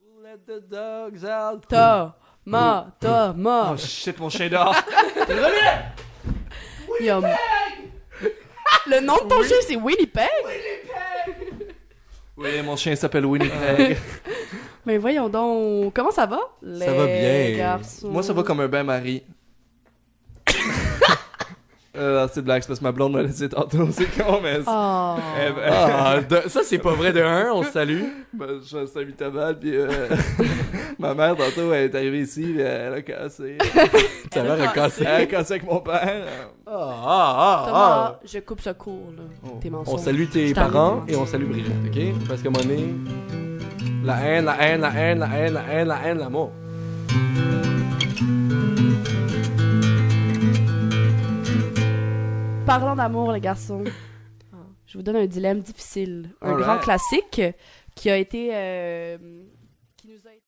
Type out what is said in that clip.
Get the dogs out. Thomas, Thomas. Oh shit, mon chien dehors. Yum. Le nom de ton chien, c'est Willy Peg? Oui, mon chien s'appelle Euh, Winnipeg. Mais voyons donc, comment ça va? Les va bien. garçons. Moi, ça va comme un bain-marie. euh, c'est blague, c'est parce que ma blonde m'a laissé tantôt, c'est con, mais... Oh. Eh ben, Ah, de- ça, c'est pas vrai de un, on se salue. ben, je suis invité à mal, puis euh, ma mère, tantôt, elle est arrivée ici, puis elle a cassé. Ça va recasser. Elle a cassé avec mon père. Ah, ah, Thomas, ah, ah. je coupe ce cours, là. Oh. Tes mensonges. On salue tes Je t'en parents ai. et on salue Brigitte, ok? Parce qu'à un moment donné, la haine, la haine, la haine, la haine, la haine, la haine, l'amour. Parlons d'amour, les garçons. Je vous donne un dilemme difficile. Un Alright. grand classique qui a été... euh, qui nous a été...